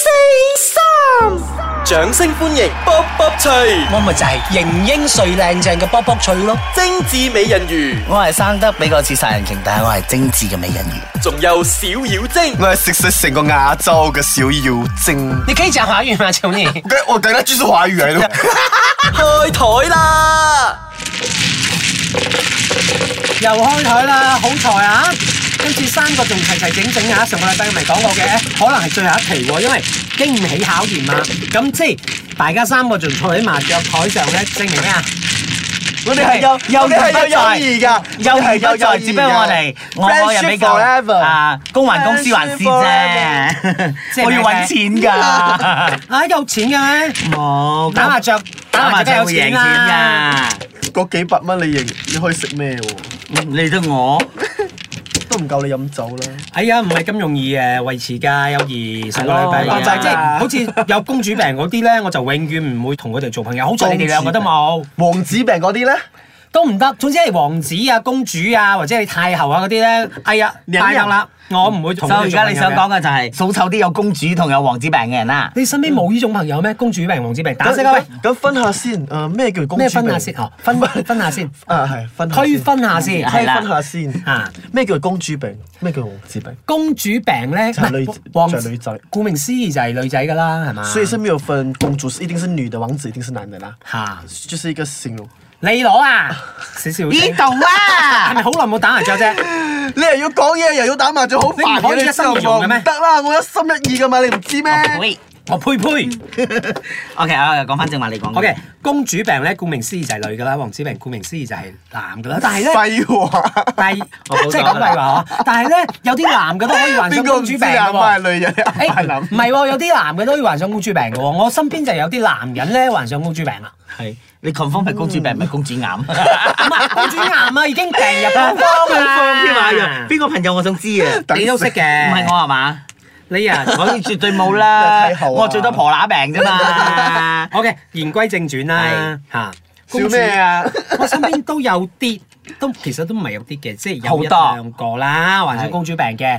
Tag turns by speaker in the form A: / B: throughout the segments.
A: 海上五四三，掌聲歡迎卜卜脆，
B: 我咪就係型英帥靚正嘅卜卜脆咯，
A: 精緻美人魚，
B: 我係生得比較似殺人鯨，但係我係精緻嘅美人魚。
A: 仲有小妖精。
C: 我係食晒成個亞洲嘅小妖精。
B: 你可以講華語嗎？求你。
C: 我我等下繼續華語嚟咯。
A: 開台啦！
D: 又開台啦，好台啊！今次三個仲齊齊整整啊！上個禮拜咪講過嘅，可能係最後一期喎，因為經唔起考驗嘛。咁即係大家三個仲坐喺麻雀台上咧，證明咩啊？
B: 我哋係有
C: 我哋係有友
B: 有
C: 誼噶，
B: 友誼不在，只不過我哋我我又比較
C: Friendship forever
B: 啊公還公私還私
C: Friendship
B: 啫，
D: forever
B: 我要揾錢㗎，
D: 啊，有錢嘅咩？
B: 冇
D: 打麻雀，打麻雀梗係有
B: 會贏
D: 錢
B: 錢
D: 啦。
B: 㗎，
C: 嗰幾百蚊你贏，你可以食咩喎？
B: 你得我。
C: 都唔夠你飲酒啦。
D: 哎呀，唔係咁容易誒維持㗎，友誼上個禮拜
B: 係咯
D: 我就係
B: 係
D: 即係
C: 啊
D: 好似有公主病嗰啲咧，我就永遠唔會同佢哋做朋友。好在你哋兩個都冇。
C: 王子病嗰啲咧，
D: 都唔得。總之係王子啊、公主啊，或者係太后啊嗰啲咧，哎呀，
C: 兩
D: 大
C: 人
D: 鑊啦！我唔會同
B: 所
D: 佢
B: 以而
D: 哋
B: 家你
D: 做朋
B: 想
D: 友嘅
B: 講嘅就係數臭啲有公主同有王子病嘅人啦。
D: 你身邊冇呢種朋友咩？公主病、王子病，打色啊喂
C: 咁！咁分下先。誒咩叫公主病？
D: 咩分下先？哦，分分下先，
C: 啊係分下
D: 區
C: 先。
D: 分下先。
B: 係
C: 區
B: 啦
C: 分下先
D: 啊
C: 咩叫公主病？咩叫王子病？
D: 公主病咧，
C: 就係 女
D: 唔係王
C: 就係女仔
D: 顧名思義就係女仔噶啦，係嘛？
C: 所以是沒有分公主是一定是女的，王子一定是男的啦，
D: 嚇，
C: 就是一個形容。
D: 你 攞啊，少少聲。
B: 呢度
D: 係
B: 啊，
D: 咪好耐冇打麻雀啫？
C: 你又要講嘢，又要打麻雀，好煩
D: 你唔可以
C: 嘅，
D: 一心二用嘅咩啊
C: 唔得啦，我一心一意噶嘛，你唔知咩？
B: 喂
D: 我呸呸。
B: ，OK，我又講翻正話你講嘅。
D: OK，公主病咧，顧名思義就係女噶啦，王子病顧名思義就係男噶啦。但係 咧。
C: 廢話，
D: 但係
B: 我冇
D: 即係咁例話嗬，但係咧有啲男嘅都可以患上
C: 邊個
D: 公
C: 唔
D: 主
C: 知
D: 病
C: 你阿媽
D: 嘅喎。
C: 係女人，你阿
D: 誒
C: 媽係男
D: 唔？係喎，有啲男嘅都可以患上公主病嘅喎。我身邊就有啲男人咧患上公主病啦，
B: 係你 confirm 係公主病，唔係公主癌。
D: 唔係公主癌啊，已經病入膏肓啦。
B: 邊個朋友我想知啊？
D: 你都識
B: 唔
D: 嘅，
B: 係我係嘛？
D: 你啊。。
B: 我絕對冇啦
C: 你睇後啊，
B: 我最多婆乸病 啫嘛
D: OK，言歸正傳啦嚇。公
C: 笑
D: 主
C: 咩啊？
D: 我身邊都有啲，都其實都唔係有啲嘅，即係有一
B: 好多
D: 兩個啦，患上公主病嘅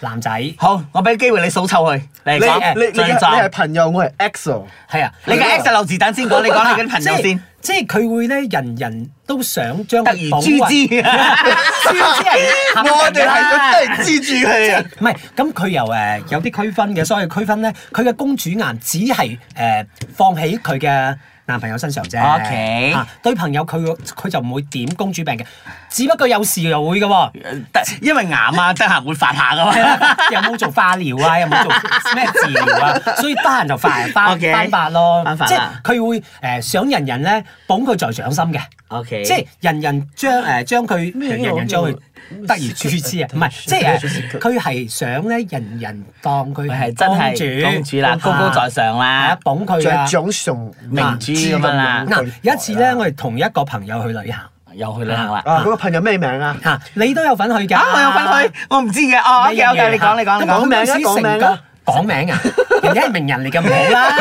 D: 男仔。
B: 好，我俾機會你數臭佢，你
C: 你
B: 講
C: 你你
B: 最
C: 係你係
B: 壯
C: 朋友，我係 EXO。
D: 係啊，
B: 你嘅 X 留子彈先講， 你講你嘅朋友
D: 即係
B: 先。
D: 即係佢會咧，人人都想將
B: 突
D: 佢
B: 如
D: 捧
B: 豬
D: 為
B: 之，
D: 豬之人
C: 我哋係真係知住佢啊！
D: 唔係，咁佢又誒有啲區分嘅，所以區分咧，佢嘅公主癌只係誒、呃放喺佢嘅男朋友身上啫。
B: OK
D: 啊對朋友佢佢就唔會點公主病嘅，啊只不過有時又會嘅 喎。
B: 因為癌啊，得閒會發下噶嘛。
D: 有冇做化療啊？有冇做咩治 療啊？所以得閒就翻翻
B: OK
D: 翻白咯
B: 翻白啦
D: 即係佢會誒、呃想人人咧捧佢在掌心嘅。
B: OK，
D: 即係人人將誒將佢人人將佢得而誅之啊！唔係，即係誒佢係想咧，人人當佢
B: 佢係真係公主啦，高高在，上
D: 係啊
B: 啦，，
D: 捧佢
C: 着
D: 啊！
C: 掌上
B: 明珠咁樣啦。
D: 嗱，有一次咧，我哋同一個朋友去旅行
B: 又去旅行啦。
C: 啊，嗰個朋友咩名 啊？
D: 嚇，你都有份去㗎？
B: 啊，我有份去，我唔知嘅。哦
D: 你
B: ，OK
D: 有
B: OK，你講你講你講。
C: 講名啊講名啊！
D: 講名啊！人 哋係名人嚟嘅，唔好啦。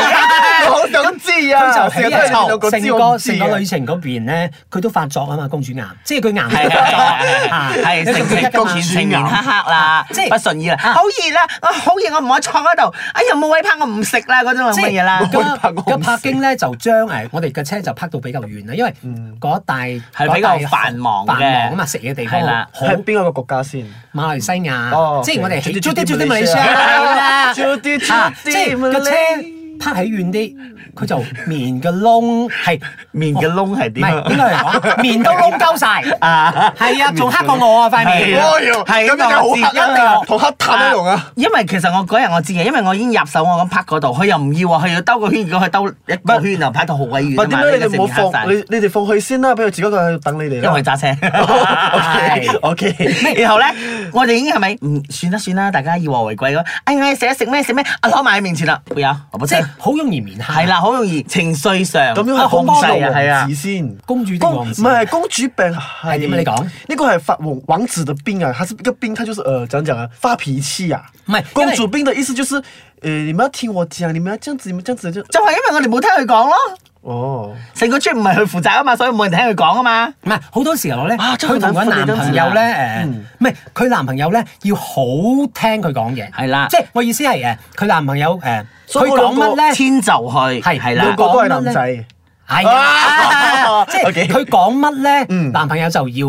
C: 我好想知啊！
D: 佢就
C: 成日
D: 喺
C: 都係見到個
D: 成
C: 知我
D: 個
C: 唔知
B: 啊
C: 啊
D: 成個旅
C: 嘅。
D: 程嗰邊咧，佢都發作啊嘛，公主癌，即係佢癌
B: 係
D: 發作啊
B: 係係，
D: 你仲
B: 成
D: 記
B: 成
D: 得㗎
B: 個
D: 嘛
B: 全成年黑黑啦，
D: 即係
B: 不順意啦，好熱啦，啊好熱，我唔可以坐嗰度，哎呀冇位拍我唔食啦嗰種咁啊嘅嘢啦，
D: 即係
C: 我可以拍
D: 咁
C: 我唔
D: 咁
C: 識
D: 拍京咧就將誒我哋嘅車就拍到比較遠啦，因為嗰一帶
B: 係
D: 嗰一帶
B: 比較繁忙嘅
D: 繁忙啊嘛，食嘢地方
B: 係啦
D: 好
C: 喺邊一個國家先？
D: 馬來西
B: 啊
C: 哦
D: 亞，即係我哋
C: Judy-
D: 起
C: Judy-
D: Judy- Judy Malaysia，
C: Malaysia
D: 係 啦
C: Judy- Judy
D: 啊即係個車
C: Malaysia
D: 拍起遠啲，佢就面嘅窿係。
B: 面嘅窿係
D: 唔
B: 點
D: 係
B: 啊？
D: 應該嚟講，面都窿鳩晒，
B: 啊
D: 係啊，仲黑過我啊塊
B: 係。
D: 面
B: 啊
C: 哎呦
B: 係
C: 咁樣就好黑啊
B: 我，知
C: 同黑炭一樣啊！
B: 因為其實我嗰日我知嘅，因為我已經入手我咁拍嗰度，佢又唔要啊，佢要兜個圈，如果佢兜一個圈就拍到好鬼
C: 唔
B: 遠啊嘛，
C: 係點解你
B: 呢個
C: 哋
B: 成
C: 冇
B: 面黑晒
C: 放你你哋放去先啦，俾佢自己一個去等你哋
B: 因
C: 啦
B: 為。揸車。
C: OK OK，
B: 然後咧，我哋已經係咪唔算啦算啦，大家以和為貴咯。哎，我食一食咩食咩，啊攞埋喺面前啦，會有，我冇
D: 即
B: 車
D: 係。好容易面黑。
B: 係啦，好容易情緒上
C: 咁樣
B: 啊
C: 係
B: 控
C: 公
B: 制
C: 主
B: 啊，係
C: 王
B: 啊
C: 子。先。
D: 公主定
C: 公
D: 王
C: 唔
D: 子？
C: 係公主病係
D: 係點啊你講
C: 呢個係發王王子的病啊，他是一個病，他就是呃，怎樣講啊，發脾氣啊。
D: 唔係因
C: 公
D: 為
C: 主病的意思就是，呃，你們要聽我講，你們要這樣子，你們這樣子就
B: 就係因為我哋冇聽佢講咯，
C: 哦，
B: 成個專唔 係佢負責啊嘛，所以冇人聽佢講啊嘛。
D: 唔係好多時候咧，
B: 啊真係
D: 佢同
B: 好
D: 佢
B: 想
D: 男朋友咧，誒
C: 嗯，
D: 唔係佢男朋友咧要好聽佢講嘢，
B: 係啦
D: 即係我意思係誒，佢男朋友誒，
C: 所
D: 佢
C: 以我
D: 講
C: 兩個
D: 乜咧？
B: 遷就佢
D: 係
B: 係
C: 兩
B: 啦，
C: 個都係男仔，
D: 係啊，
C: 啊
D: 即係
C: OK
D: 佢講乜咧，
C: 嗯
D: 男朋友就要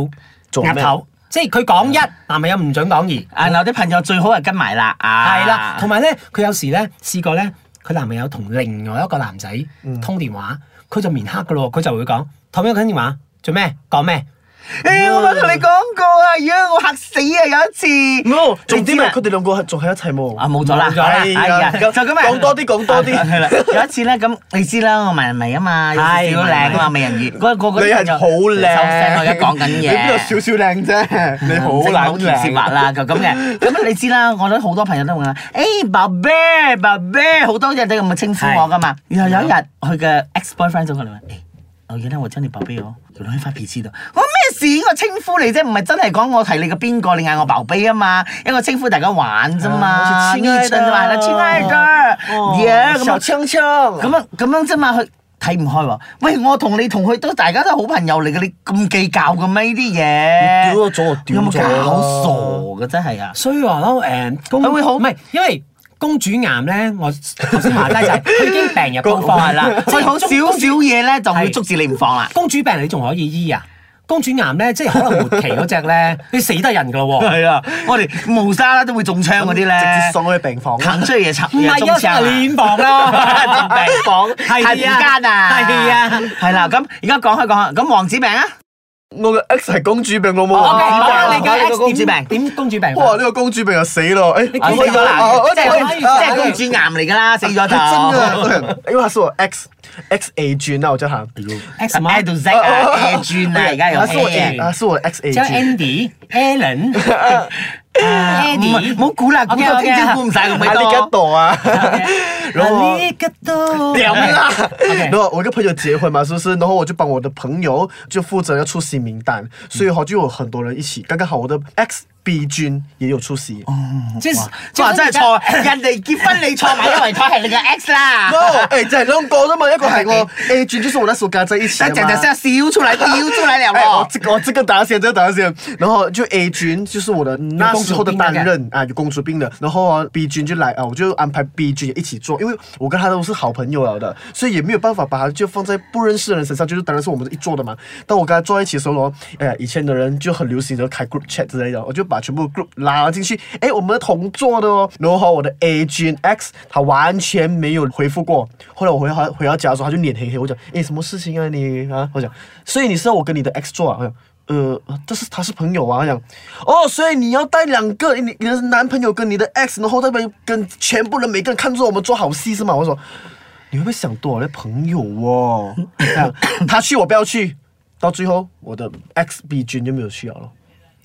C: 做咩
D: 岌頭，即係佢講一，男朋友唔準講二，
B: 啊，嗱啲朋友最好係跟埋啦，啊，
D: 係啦，同埋咧，佢有時咧試過咧，佢男朋友同另外一個男仔
C: 嗯
D: 通電話，佢就面黑噶咯，佢就會講，同邊個傾電話？做咩？講咩？
B: 誒，我冇同你講過啊，如果我嚇死啊有一次，
C: 唔重點
B: 你知
C: 係
B: 啊
C: 佢哋兩個係仲喺一齊喎。
B: 啊冇咗啦，
D: 冇咗啦
B: 哎呀
C: 哎
B: 就
C: 呀
B: 咁啊，
C: 講多啲講多啲
B: 係啦，有一次咧，咁你知啦，我迷人迷啊嘛，有少
D: 係
B: 少靚啊嘛，美人魚，嗰個個
C: 你係好靚，
B: 收聲，我而家講緊
C: 你
B: 嘢，
C: 邊度少少靚啫？ 你好
B: 唔識
C: 冷
B: 好甜舌滑
C: 靚。
B: 啦，就咁嘅。咁啊你知啦， 我覺得好多朋友都會話：，哎誒，寶貝，寶貝，好多人都咁嘅稱呼我噶嘛。然
C: 啊
B: 後有一日，佢嘅 ex boyfriend 就過嚟問：，誒，我記得我將你寶貝我，原來喺發脾氣度。我咩事？我稱呼你啫，唔係真係講我係你嘅邊個，你嗌我寶貝啊嘛，一個稱呼大家玩啫嘛，
C: 啊好似親愛的
B: 昵稱啫嘛，係啦，親愛
C: 哦
B: 的，耶咁啊
C: 小青青，
B: 咁樣咁樣啫嘛，佢睇唔開喎。喂，我同你同佢都大家都係好朋友嚟嘅，你咁計較嘅咩呢啲嘢？
C: 你屌我咗我屌
B: 有冇
C: 咗啦
B: 搞傻嘅真 係啊！
D: 所以話咯，誒、公
B: 佢會好
D: 唔係因為。公主癌咧，我頭先話齋就係佢已經病入膏
B: 放
D: 肓
B: 係啦，
D: 即係
B: 佢好少少嘢咧就會捉住你唔放啦。
D: 公主病你仲可以醫啊？公主癌咧，即係可能末期嗰只咧， 你死得人噶咯喎。
B: 係啊，我哋無沙啦都會中槍嗰啲咧，
C: 直接送去病房。
B: 行出去嘢插
D: 唔
B: 嘢中
D: 係啊，
B: 槍啊
D: 練 房咯，
B: 病房太
D: 係啊
B: 平間啊，
D: 係啊
B: 係啦。咁而家講開講下，咁王子病啊，
C: 我嘅 X 係公主病，我冇
D: O
B: 哦
D: K，
B: ，OK，
D: 講下你
B: 講下
D: 嘅
B: 你個公主病
D: 點公主病？
C: 啊哇！呢個公主病就死咯。誒，
B: 啊死
D: 我
B: 咗啦
C: 我，我
B: 即係
D: 我
B: 即係公主癌嚟㗎啦，死咗就
C: 啊哎真的， 因為他是我 X X A 君啊，我
B: 哎
C: 叫他。
D: X 嘛
B: I，do Z 啊，A 轉啊，而家有
C: 他是我
B: A
C: A，他是我 X A
D: 即係
C: 君。
D: Andy、Alan、
B: 唔 À,
D: Eddie，
B: 好估啦，估到
D: OK，OK，
B: 聽朝估唔晒咁鬼
C: 阿里嘎
B: 多。
C: 多啊！ 然後
D: 呢個都
C: 屌啦！
D: OK
C: 然后我一个朋友结婚嘛，是不是？然后我就帮我的朋友就负责要出席名单，所以哈就有很多人一起。刚刚好我的 X B 君也有出席。
D: 即係
B: 哇！真係錯，人哋結婚你錯埋，因為錯係你嘅 X 啦。
C: 哦，哎，就係兩個啫嘛，一個係我 A 君，就是我那時候跟他在一起的
B: 但
C: 嘛
B: 講講是要笑出來，丟出來了
C: 哎，我
B: 咯。
C: 这个我这个答先，这个答先，然后就 A 君就是我的那时候的担任啊，有公主病的，然后啊 B 君就来啊，我就安排 B 君也一起做，因为我跟他都是好朋友了的，所以也没有办法把他就放在不认识的人身上，就是当然是我们一做的嘛。当我跟他坐在一起的时候咯，哎，以前的人就很流行的开 group chat 之类的，我就把全部 group 拉进去，哎，我们同做的哦，然后哈我的 A 君 X 他完全没有回复过，后来我回他回到家的时候，他就脸黑黑，我讲，哎，什么事情啊你啊？我讲，所以你是要我跟你的 X 做啊？我讲。呃，但是他是朋友啊，他讲，哦，所以你要带两个你你的男朋友跟你的 X，然后代表跟全部人每个人看着我们做好戏是吗？我说，你会不会想多了？朋友哦，这样他去我不要去，到最后我的 X B 君就没有去了咯。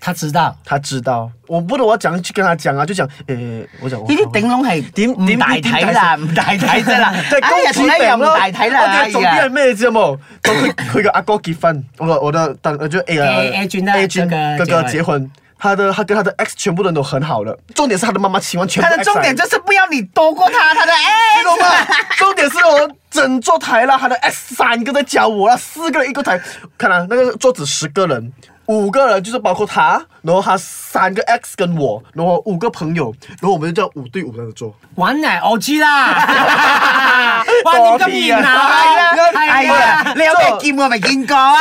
D: 他知道。
C: 他知道，我不懂我讲去跟他讲啊，就讲，呃，我讲我
B: 呢啲頂籠係
C: 點
B: 唔大體啦，唔大體啫 啦，
C: 即係
B: 哎呀同
C: 公主
B: 你又
C: 病
B: 唔
C: 咯。
B: 大體啦，
C: 我哋重
B: 哎
C: 點係
B: 呀
C: 咩啫嘛？當 佢佢個阿哥結婚，我我哎的當就 A
D: A- A 君的
C: A 君
D: 哥哥
C: 哥哥結
D: 結婚
C: 婚，他的他跟他的 X 全部人都很好了，重點是他的啊媽媽期望全部
B: 他
C: X
B: 的重點
C: 來
B: 就是不要你多過他，他的
C: 你懂
B: X
C: 嗎。重點是我 整座台啦，他的 X 三个在教我啦，四个人一个台，看啊，那个桌子十个人，五个人就是包括他，然后他三个 X 跟我，然后五个朋友，然后我们就叫五对五那样做。
D: 玩嚟我知 啦，哇！
C: 多
D: 點咁
C: 啲啊
D: 熱鬧啊？
B: 係啊，哎
D: 係啊，
B: 呀，你有咩見我咪見過啊？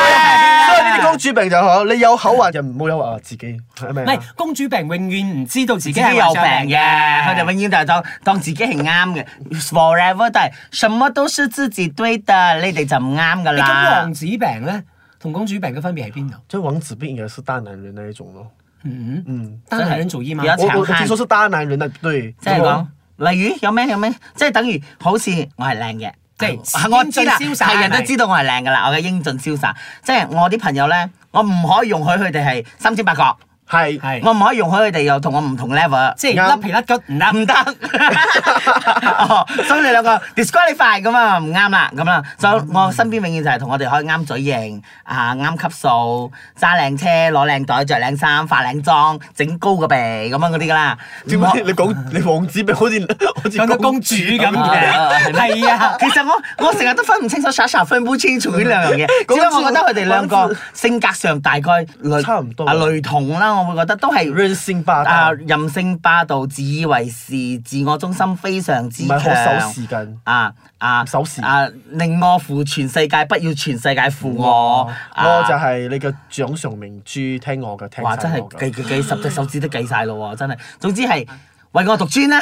C: 所以呢啲公主病就好，你有口話人唔好有話自己，係咪
D: 唔
C: 啊？
D: 係公主病，永遠唔知道自
B: 自
D: 己
B: 己
D: 係
B: 有
D: 患
B: 病
D: 上
B: 嘅，佢哋永遠就係當當自己係啱嘅，forever 都係什麼都是自己對的，你哋就唔啱噶
D: 你咁
B: 啦
D: 王。子病咧，同公主病嘅分別喺邊度？
C: 就王子病應該是大男人那一種咯。
D: 嗯，
C: 嗯，
D: 單係人做醫嘛
B: 而。家
C: 我我我
B: 強悍
C: 聽說是大男人的，對。
B: 即係講，例如有咩有咩，即係等於好似我係靚嘅，
D: 即係
B: 係我知啦，
D: 英俊瀟灑
B: 係人
D: 係
B: 都
D: 咪
B: 知道我係靚噶啦，我嘅英俊瀟灑，即係我啲朋友咧，我唔可以容許佢哋係三尖八角。
C: 係
D: 係
B: 我唔可以容許佢哋又同我唔同 level，
D: 即係
C: 啱
D: 甩皮甩骨唔得。
B: 唔得， 哦，所以你兩個 disqualify 咁啊，唔啱啦，咁啦，所以我身邊永遠就係同我哋可以啱嘴型，啊啱級數，揸靚車，攞靚袋，着靚衫，化靚妝，整高個鼻咁樣嗰啲噶啦。
C: 點
B: 我
C: 解你講你王子病好似好似
D: 講到公主咁
B: Ờ,
D: 嘅，係啊。
B: 其實我我成日都分唔清楚 Sasha 分唔清楚呢兩樣嘢，只不過我覺得佢哋兩個性格上大概類
C: 差唔多
B: 啊類同啦，我會覺得都係
C: 任性霸道
B: 啊任性霸道、自以為是、自我中心非常之
C: 唔
B: 強，
C: 係好守時間
B: 啊啊
C: 守時
B: 啊令我負全世界，不要全世界負我，
C: 我就
B: 啊
C: 係你嘅掌上明珠，聽我嘅，聽
B: 哇！真
C: 晒我
B: 係
C: 嘅。
B: 計計計十 隻手指都計晒咯喎，真係。總之係為我讀專啦，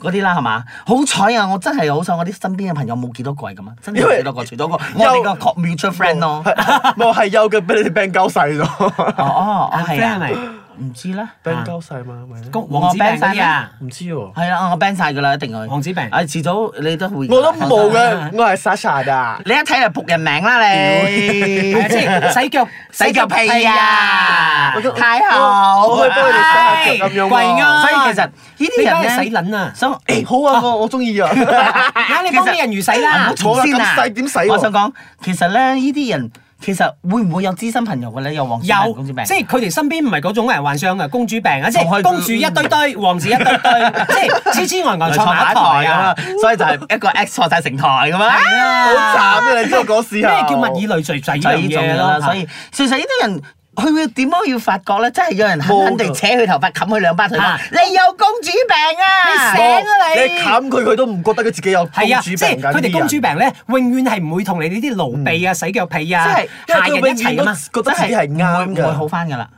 B: 嗰啲啦係嘛？好彩啊！我真係好彩，我啲身邊嘅朋友冇幾多個係咁啊，真係
C: 因
B: 冇
C: 為
B: 幾多個，除咗個我哋個 co- mutual friend 咯。
C: 冇 哦係有嘅，俾你哋 band 交曬
B: 哦
C: 咗
B: 哦，我係啊
D: friend 嚟，
B: 唔知咧。
C: ，band 交曬嘛，咪
D: 公王子病嗰啲啊，
C: 唔知喎。
B: 係啦，我 ban 晒㗎啦，一定去。
D: 王子病
B: 唉，遲早你都會。
C: 我都冇。嘅，我係 Sasha 㗎。
B: 你一睇就仆人名啦，你
D: 係啊即係 洗腳
B: 洗腳屁啊
C: 我都！
B: 太好，
C: 我可以幫佢哋洗下腳咁樣喎
D: 係貴啊
B: 所以其實呢欸啲人咧，
D: 你幫佢洗撚啊
B: 所以
C: 好啊，我我中意啊。
D: 啊你幫啲人魚洗啦，
C: 錯啦
B: 先啊
C: 咁細點洗喎
B: 我想講，其實咧呢啲人其實會唔會有知心朋友嘅咧？有王子病
D: 有
B: 公主病，，
D: 即係佢哋身邊唔係嗰種人患上嘅公主病啊，即
B: 同佢
D: 係公主一堆堆，王子一堆堆，即係痴痴呆呆
B: 坐
D: 坐埋
B: 埋
D: 一
B: 一台
D: 台
B: 啊
D: 啊！，
B: 所以就係一個 X 錯晒成台咁啊，
C: 好慘啊！你知我嗰時
D: 咩
C: 啊，
D: 叫物以類聚，就係
B: 就係
D: 呢
B: 呢種
D: 樣
B: 嘢
D: 嘢
B: 啦。
D: 咯。
B: 所以其實呢啲人。佢會點樣要發覺咧？真係有人狠狠地
C: 冇㗎
B: 扯佢頭髮，冚佢兩巴腿，
D: 啊
B: 你有公主病啊！
D: 你醒啊你
C: 你冚佢，佢都唔覺得佢自己有公主
D: 係
C: 病
D: 啊，即係
C: 㗎
D: 佢哋公主，病咧，永遠係唔會同你呢啲奴婢啊、洗腳婢啊、
B: 即
D: 下
C: 係
D: 人
C: 因
D: 一
C: 為佢
D: 齊
C: 永遠
D: 啊
C: 都
D: 嘛。
C: 覺得自己係啱
B: 唔會好
C: 㗎。
B: 翻㗎啦。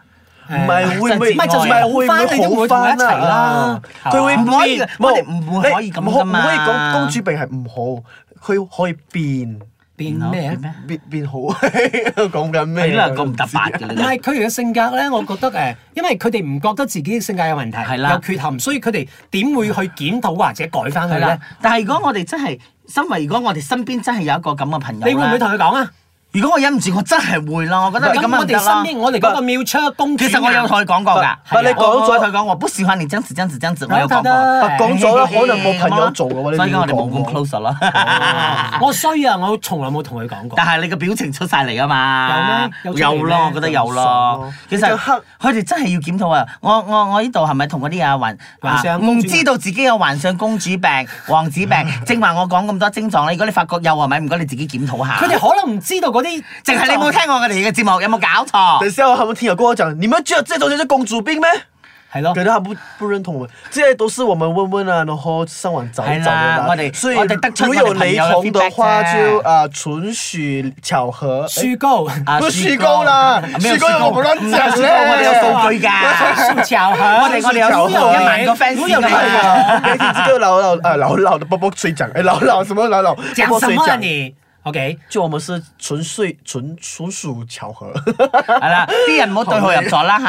C: 唔嗯係會唔會
B: 唔係就算
C: 唔係
D: 好返你都唔會同佢
C: 好
D: 一齊
C: 返啊
D: 啦
C: 佢會
B: 係嘛唔可以
C: 變
B: 我哋
C: 冇
B: 唔會可以咁
C: 你唔可
B: 㗎嘛
C: 唔可以講公主病係唔好，佢可以變
D: 變咩啊
B: 變？咩？
C: 變變好。 講緊咩？
B: 你都係咁唔搭八嘅
D: 唔
B: 你。
D: 係佢哋嘅性格咧，我覺得誒，因為佢哋唔覺得自己嘅性格有問題，
B: 係啦
D: 有缺陷，所以佢哋點會去檢討或者改翻佢
B: 係啦
D: 咧？，
B: 但係如果我哋真係，身為如果我哋身邊真係有一個咁嘅朋友
D: 你會唔會
B: 咧
D: 同佢講啊？
B: 如果我忍唔住，我真係會啦。我覺得你咁
D: 咁
B: 樣
D: 我
B: 唔
D: 哋
B: 得
D: 身
B: 啦。
D: 邊，我哋嗰個妙出公主
B: 其
D: 啊，
B: 實我有同佢講過㗎，
C: 不不
B: 係啊
C: 你講咗
B: 我我同佢講，我不喜歡你這樣子、這樣子、這樣子，我有講過。
D: 得
C: 啊講咗啦可能冇朋友做嘅喎
B: 所以
C: 你
B: 我哋冇
C: 冇
B: 咁
C: 講哦
B: close 啦。
D: 我衰啊！我從來冇同佢講過
B: 但。係你個表情出晒嚟啊嘛，
D: 有咩有出嚟咩
B: 咯，我覺得有咯
C: 咯。
B: 其
C: 你
B: 實
C: 就黑
B: 佢哋真係要檢討啊！我我我呢度係咪同嗰啲啊幻
D: 幻想
B: 啊
D: 公
B: 唔
D: 主病
B: 知道自己有幻想公主病、王子病， 正話我講咁多症狀咧，如果你發覺有係啊咪？唔該你自己檢討下。
D: 佢哋可能唔知道嗰啲，
B: 淨係你冇聽我哋嘅節目，有冇搞錯
C: 等？一下，他們聽友跟我講，你們覺得這種就是公主病咩？
D: 係咯
C: 可。能他不不認同我們，這些都是我們問問啊，然後上網找一
B: 係
C: 找的
B: 啦
C: 啦。
B: 我哋
C: 所以
B: 我哋得出
C: 如
B: 我
C: 有
B: 哋朋
C: 雷
B: 友嘅
C: 同的話，
B: feedback 啫
C: 就啊、純屬巧合。
D: 虛構
B: 啊
C: 不是虛構啦
B: 啊沒有
C: 虛構我不亂講
B: 虛構我哋有數據㗎。
D: 數潮
B: 我哋我哋有
C: 數據
B: 一萬個 fans
D: 有
B: 㗎
C: 哎
B: 嘛
C: 呀，那天這個老老啊老老的波波吹講，哎老老什麼老老波
D: 講
C: 波
D: 什
C: 吹
D: 麼啊
C: 講，
D: 你？OK，
C: 就我們是純粹純純屬巧合。
B: 係啦，啲人唔好對號入座啦吓。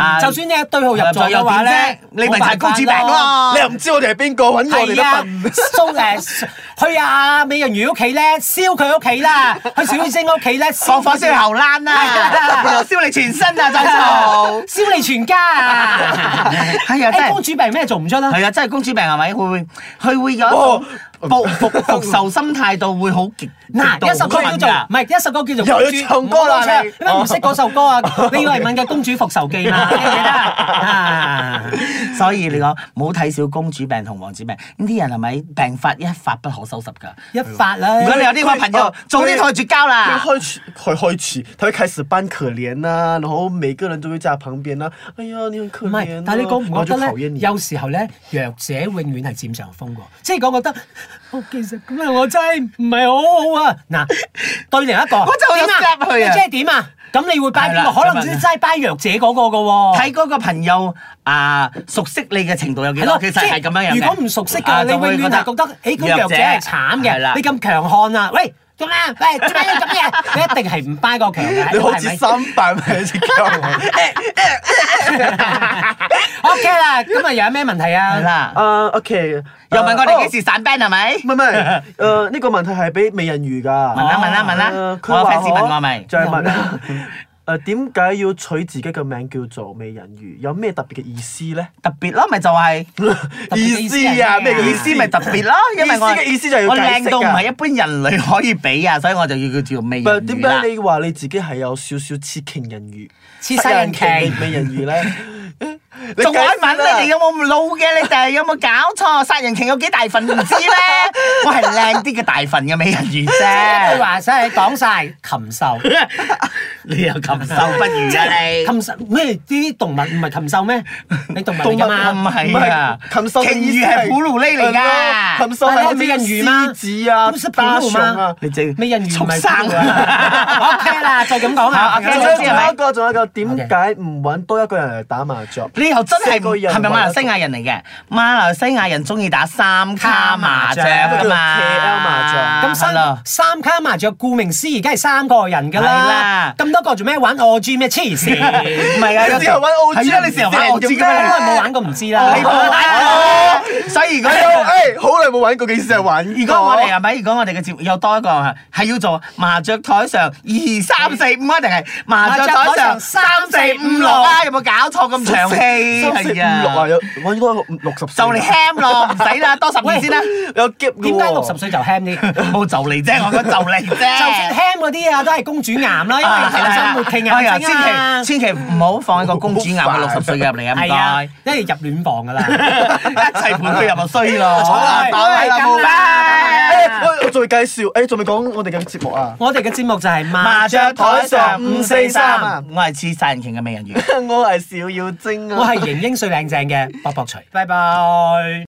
B: 啊
D: 就算你一對號入座嘅話咧，
B: 你咪就係公主病
D: 冇辦 法。
B: 咯
C: 你。又唔知我哋係邊個，揾我哋
D: 係
C: 都
D: 啊
C: 笨。，
D: 蘇誒去阿美人魚屋企咧，燒佢屋企啦，去小星屋企咧，
B: 放火燒後欄啊，然後燒你全身啊，再嘈。
D: 燒你全家 啊！
B: 係啊，真
D: 誒公
B: 係。
D: 主病咩做唔出啦？
B: 係啊，真係公主病係咪？佢會佢會有一種報復復仇心態度會好極
D: 嗱，一首歌叫做唔係一首歌叫做
C: 又要
D: 公主
C: 唱歌啦
D: 唔好唱
C: 你
D: 你唔識嗰首 歌啊？你以為問嘅《公主復仇記》嘛？記唔記得啊？
B: 所以你講唔好睇小公主病同王子病，呢啲人係咪病發一發不可收拾㗎？
D: 一發啦！
B: 如果你有啲咁嘅朋友
C: 佢，
B: 早啲同佢絕交
C: 他
B: 啦。
C: 會開始，會開始，他會開始扮可憐呐、然後每個人都會在他旁邊呐、哎呀，你很可
D: 唔
C: 憐、啊。
D: 係，但係你覺唔
C: 然
D: 覺得
C: 後就討厭
D: 咧？
C: 你
D: 有時候咧，弱者永遠係佔上風喎。即係我覺得，哦，其實咁樣我真係唔係好好啊。嗱，對另一個，
B: 我就好想
D: 點
B: slap 佢啊
D: 即係點啊？咁你會掰邊
B: 係啦
D: 個？可能
B: 咁啊
D: 真係掰弱者嗰個嘅喎。
B: 睇嗰個朋友啊，熟悉你嘅程度有幾
D: 係
B: 多？
D: 咯，
B: 其實係咁樣樣嘅
D: 即係如果唔熟悉
B: 啊
D: 嘅，你
B: 就
D: 永
B: 會
D: 遠係覺得，誒，咁弱者係慘
B: 係啦
D: 嘅，你咁強悍啊，喂，做咩？喂，做咩要咁 嘅？你一定係唔掰個強嘅，
C: 你好似
D: 係咪
C: 三百米隻狗，
D: ？OK 啦，咁啊，有咩問題
B: 係
D: 啊？
B: 啦。
C: 啊、o k
B: 又
C: Ờ,
B: 問我哋幾時散 band 係咪？
C: 唔係唔係，誒呢、個問題係俾美人魚㗎。
B: 問啦問啦問啦
C: 呃，
B: 我有
C: 佢話
B: fans 問我
C: 可
B: 咪
C: 就係問誒點解要取自己嘅名叫做美人魚？有咩特別嘅意思咧？
B: 特別咯，咪就係、
C: 別嘅意思係咩啊
B: 意思咪特別咯，因為我
C: 意思嘅意思就係要
B: 我
C: 解釋
B: 靚
C: 㗎
B: 到唔係一般人類可以比啊，所以我就要叫做美
C: 唔係
B: 人
C: 點
B: 魚啦
C: 解。你話你自己係有少少似情人魚、
D: 似西人
C: 情
D: 騎
C: 美人魚咧？你
B: 仲海
C: 解釋
B: 文，
C: 啦
B: 你哋有冇咁老嘅？你哋有冇搞錯？殺人鯨有幾大份唔知咩？我係靚啲嘅大份嘅美人魚
D: 佢
B: 啫。
D: 話真係講晒禽獸，
B: 你又禽獸不如啊你！
D: 禽獸咩？呢啲動物唔係禽獸咩？你動物嚟㗎嘛？
B: 動物唔係啊
C: 唔係禽獸嘅意思
B: 鯨魚係哺乳類嚟㗎
C: 禽獸係
D: 係美人魚嘛
C: 獅子啊
D: 咁、係
C: 大
D: 哺乳
C: 熊
D: 嘛
C: 啊。
B: 你整
D: 美人魚唔
B: 畜
D: 係
B: 生
D: 動物啊 OK 啦，就咁講啊啦。
B: 好
C: 仲
B: ，OK，
C: 有
B: 我
C: 仲
B: 知
C: 有
B: 啦
C: 一個，仲有一個，點解唔揾多一個人嚟打麻雀？
B: 你又真係
C: 四個人
B: 係咪馬來西亞人嚟嘅？馬來西亞人中意打三卡麻雀
D: 佢
B: 㗎
C: 叫
B: 嘛
C: KL 麻雀
D: 咁
B: 係
D: 三
B: 啦
D: 三卡麻雀，顧名思義，梗係三個人㗎
B: 係
D: 啦
B: 啦。
D: 咁多個做咩玩 O G 咩？黐 線！
B: 唔係 啊，有
C: 你成日玩澳紙
B: 係啊，你成日玩
C: 成
B: 澳紙
C: 日
B: 㗎
D: 咁
B: 嘛
D: 我冇玩過唔知啦。
B: 你冇玩過所以如果
C: 哎呦，哎，好耐冇玩過，幾時係玩？
B: 如果我哋係咪？如果我哋嘅節目有多一個係要做麻雀台上二三四五啊，定係麻雀台上三四五六啊？有冇搞錯咁長氣？
C: 三四五六啊，有我應該六六十歲。
B: 就嚟 ham 咯，唔使啦，多十年先啦。
C: 有 gap 嘅喎
D: 點解六十歲就 ham 啲？
B: 冇就嚟啫，我講就嚟啫。
D: 就算 ham 嗰啲啊，都係公主癌啦，因為人生活期
B: 哎呀
D: 癌症啊。
B: 千祈千祈唔好放一個公主癌嘅六十歲嘅入嚟
D: 係 啊，
B: 啊！唔
D: 因為入暖房㗎啦。
B: 該，一齊陪佢入咪衰咯。
D: 好啦拜拜啦！
B: 拜拜
C: 哎我我仲未介紹，誒仲未講我哋嘅節目啊
D: 我哋嘅節目就係麻
B: 麻
D: 雀
B: 雀
D: 台
B: 台
D: 上
B: 上
D: 五
B: 五
D: 四
B: 四
D: 三
B: 三，，
C: 啊
B: 我係似殺人鯨嘅美人魚。
C: 我係小妖精啊！
D: 我係型英帥靚正嘅卜卜錘，拜拜。